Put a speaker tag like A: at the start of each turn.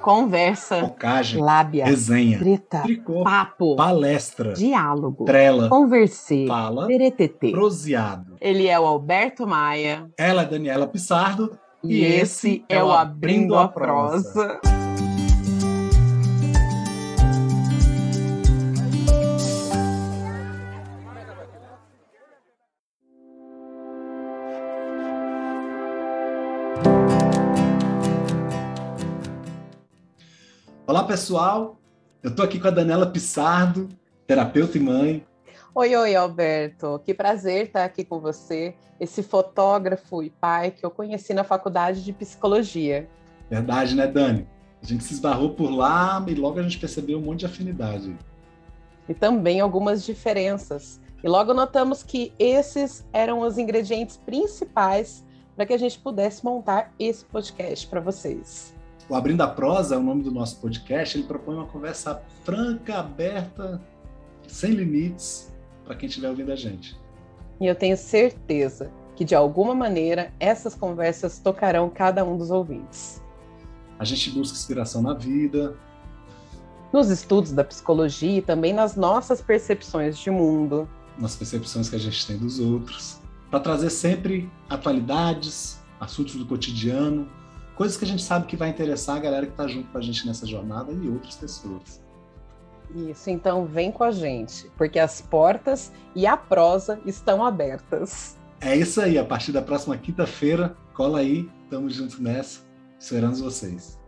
A: Conversa.
B: Focagem.
A: Lábia.
B: Resenha.
A: Treta.
B: Tricô.
A: Papo.
B: Palestra.
A: Diálogo.
B: Trela.
A: Conversê.
B: Fala.
A: Peretetê.
B: Proseado.
A: Ele é o Alberto Maia.
B: Ela é Daniela Pissardo.
A: E esse é o Abrindo a Prosa.
B: Olá, pessoal. Eu tô aqui com a Daniela Pissardo, terapeuta e mãe.
A: Oi, oi, Alberto. Que prazer estar aqui com você, esse fotógrafo e pai que eu conheci na faculdade de psicologia.
B: Verdade, né, Dani? A gente se esbarrou por lá e logo a gente percebeu um monte de afinidade.
A: E também algumas diferenças. E logo notamos que esses eram os ingredientes principais para que a gente pudesse montar esse podcast para vocês.
B: O Abrindo a Prosa é o nome do nosso podcast. Ele propõe uma conversa franca, aberta, sem limites, para quem estiver ouvindo a gente.
A: E eu tenho certeza que, de alguma maneira, essas conversas tocarão cada um dos ouvintes.
B: A gente busca inspiração na vida,
A: Nos estudos da psicologia e também nas nossas percepções de mundo.
B: nas percepções que a gente tem dos outros, para trazer sempre atualidades, assuntos do cotidiano, coisas que a gente sabe que vai interessar a galera que está junto com a gente nessa jornada e outras pessoas.
A: Isso, então vem com a gente, porque as portas e a prosa estão abertas.
B: É isso aí, a partir da próxima quinta-feira, cola aí, estamos juntos nessa, esperamos vocês.